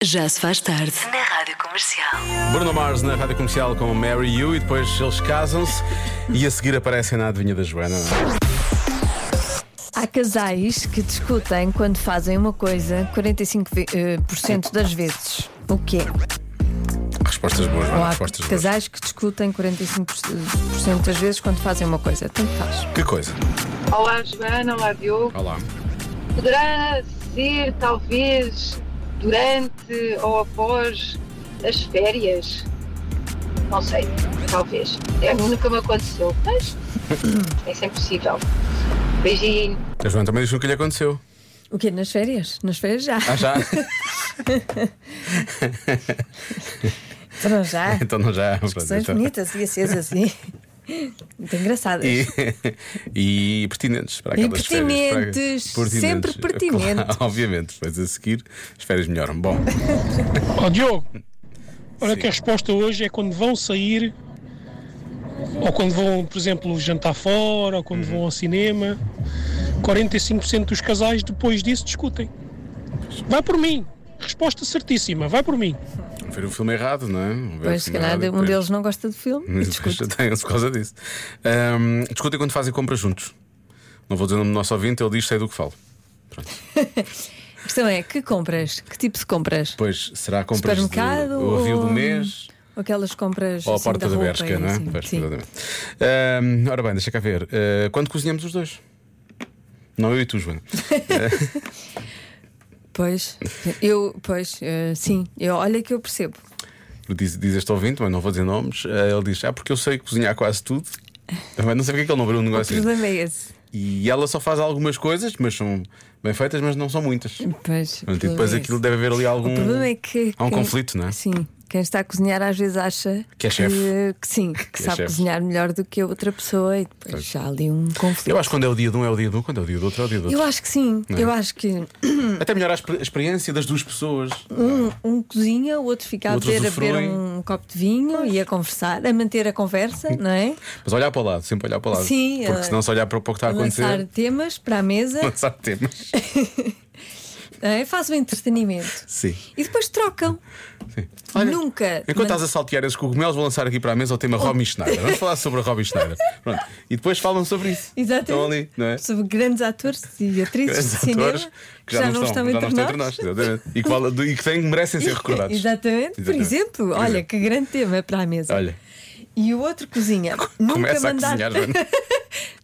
Já se faz tarde. Na Rádio Comercial. Bruno Mars na rádio comercial com Mary You e depois eles casam-se e a seguir aparecem na adivinha da Joana. não é? Há casais que discutem quando fazem uma coisa 45% eh, das vezes. O que é? Respostas boas, Ou Joana, há respostas boas. casais que discutem 45% das vezes quando fazem uma coisa. Tanto faz. Que coisa? Olá, Joana. Olá, Diogo. Olá. Poderá ser, talvez, durante ou após as férias? Não sei. Talvez. É, nunca me aconteceu, mas é sempre possível. Beijinho. A Joana também diz o que lhe aconteceu. O quê? Nas férias? Nas férias já. Ah, já? Foram já. então não já. Pronto, São então. bonitas e acesas assim. Muito engraçadas. E, e pertinentes para aquelas E férias, pertinentes, para- sempre pertinentes. Claro, obviamente, depois a seguir as férias melhoram. Bom, Ó Diogo, olha Sim. que a resposta hoje é quando vão sair, ou quando vão, por exemplo, jantar fora, ou quando vão ao cinema, 45% dos casais depois disso discutem. Vai por mim, resposta certíssima, vai por mim. vamos ver o filme errado, não é? Vamos ver o Pois, se filme calhar, errado e um depois- deles não gosta do filme. e discute. Chateiem-se por causa disso. Ahm, discutem quando fazem compras juntos. Não vou dizer o nome do nosso ouvinte, ele diz sei do que falo. A questão é: que compras? Que tipo de compras? Pois será compras de- Supermercado o ou- avio do mês Ou aquelas compras. ou a assim, porta da, roupa e Bershka, não é? assim? Pois, Sim. exatamente. Ahm, ora bem, deixa cá ver. Ah, quando cozinhamos os dois? Não eu e tu, Joana. Pois, eu, pois, eh, sim, eu, olha que eu percebo. Diz, diz este ouvinte, mas não vou dizer nomes. Ah, ele diz: Ah, porque eu sei cozinhar quase tudo. Mas não sei porque é que ele não abriu um O negócio. assim. problema é esse. E ela só faz algumas coisas, mas são bem feitas, mas não são muitas. Pois, Portanto, e o problema depois é aquilo esse. deve haver ali algum. O problema é que. Há um quem- conflito, não é? Sim, quem está a cozinhar às vezes acha Que é chefe. que sim, que, é sabe chefe. cozinhar melhor do que a outra pessoa e depois já há ali um conflito. Eu acho que quando é o dia de um é o dia de um, quando é o dia do outro é o dia do outro. Eu acho que sim, é? eu acho que Até melhor a exper- a experiência das duas pessoas. um, um cozinha, o outro fica O a outro beber, a beber usufrui. um copo de vinho e a conversar, a manter a conversa, não é? Mas olhar para o lado, sempre olhar para o lado. Sim, Porque eh, se não se olhar para o que está a A lançar acontecer, temas para a mesa, lançar temas. não é? faz o entretenimento Sim. e depois trocam. sim. Olha, Nunca. Oh. Enquanto estás a saltear esses cogumelos, vou lançar aqui para a mesa o tema Romy Schneider. Vamos falar sobre a Romy Schneider. Pronto. E depois falam sobre isso. Estão ali, Exatamente. não é? Sobre grandes atores e atrizes Grandes de cinema atores que já, não estão, já não estão entre nós. exatamente. E que, vala- e que têm- merecem ser recordados. Exatamente. Por Exatamente. exemplo, Por olha exemplo. que grande tema para a mesa. Olha. E o outro cozinha. nunca Começa a mandar cozinhar, Joana.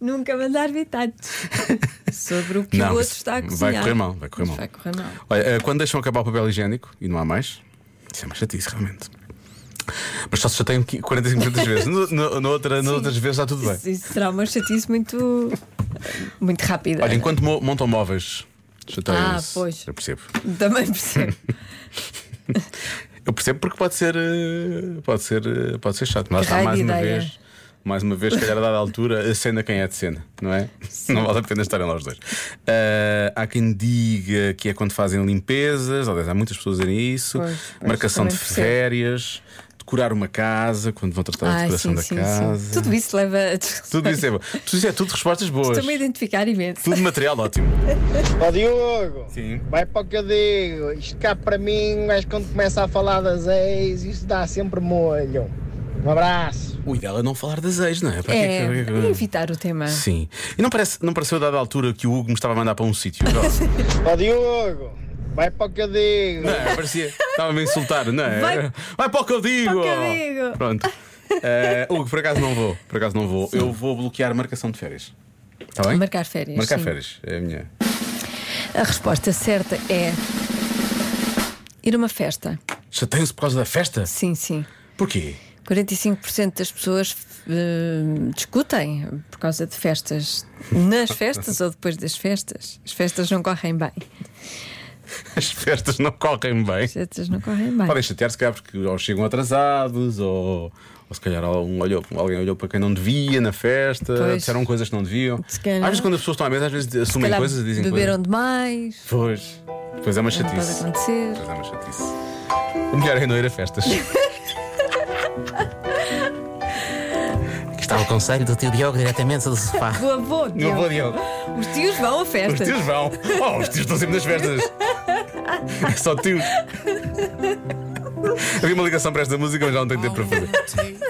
nunca mandar vitados sobre o que Não, o outro isso está a vai cozinhar. correr mal, vai correr mal. Vai correr mal. Olha, eh, quando deixam acabar o papel higiênico e não há mais, isso é uma chatice, realmente. Mas só se já tem 45 das vezes. No, no, no outra, nas outras vezes está tudo bem. Isso, isso será uma chatice muito muito rápida. Olha, enquanto mo- montam móveis, chateiam-se. Ah, pois. Eu percebo. Também percebo. Eu percebo porque pode ser. eh, Pode ser, eh, pode ser chato. Mas lá Que está mais raio de uma ideia. vez. Mais uma vez, se calhar a dada altura, a cena quem é de cena, não é? Não vale a pena estarem lá os dois. Eh, há quem diga que é quando fazem limpezas, aliás, há muitas pessoas a dizerem isso. Pois, pois, marcação de também percebo. férias, decorar uma casa, quando vão tratar da Ah, decoração sim, da sim, casa. sim. Tudo isso leva a Tudo isso é bom. Tudo isso é tudo respostas boas. Estou-me a identificar imenso. Tudo material ótimo. Ó Diogo, Sim. vai para o que eu digo. Isto cá para mim, mas quando começa a falar das ex, isso dá sempre molho. Um abraço. O ideal é não falar das ex, não é? Para que É, que- para que que- evitar o tema. Sim. E não, parece, não pareceu a dada altura que o Hugo me estava a mandar para um sítio. Não, Ó Diogo, vai para o que eu digo. não, é? parecia. Estava-me a insultar, não é? Vai- Vai para o que eu digo! Para o que eu digo. Pronto. Eh, Hugo, por acaso não vou. Por acaso não vou. Eu vou bloquear a marcação de férias. Está bem? Marcar férias, Marcar sim. férias. É a minha. A resposta certa é ir a uma festa. Chateiam-se por causa da festa? Sim, sim. Porquê? 45% das pessoas eh, discutem por causa de festas. Nas festas ou depois das festas. As festas não correm bem. As festas não correm bem. As festas não correm bem. Podem chatear-se, cá porque ou chegam atrasados, ou, ou se calhar algum olhou- alguém olhou para quem não devia na festa, Pois. disseram coisas que não deviam. Se calhar. Às vezes, quando as pessoas estão à mesa, às vezes Se assumem calhar coisas e dizem coisas. beberam demais. Pois. Pois é uma Não pode chatice. acontecer. Pois é uma chatice. O melhor é não ir a festas. Aqui está o conselho do tio Diogo diretamente do sofá. O avô, Não Diogo. vou, Diogo. Os tios vão a Os festas. tios vão. Oh, os tios estão sempre nas festas. É só tios. uma ligação para esta música, mas já não tenho tempo para fazer.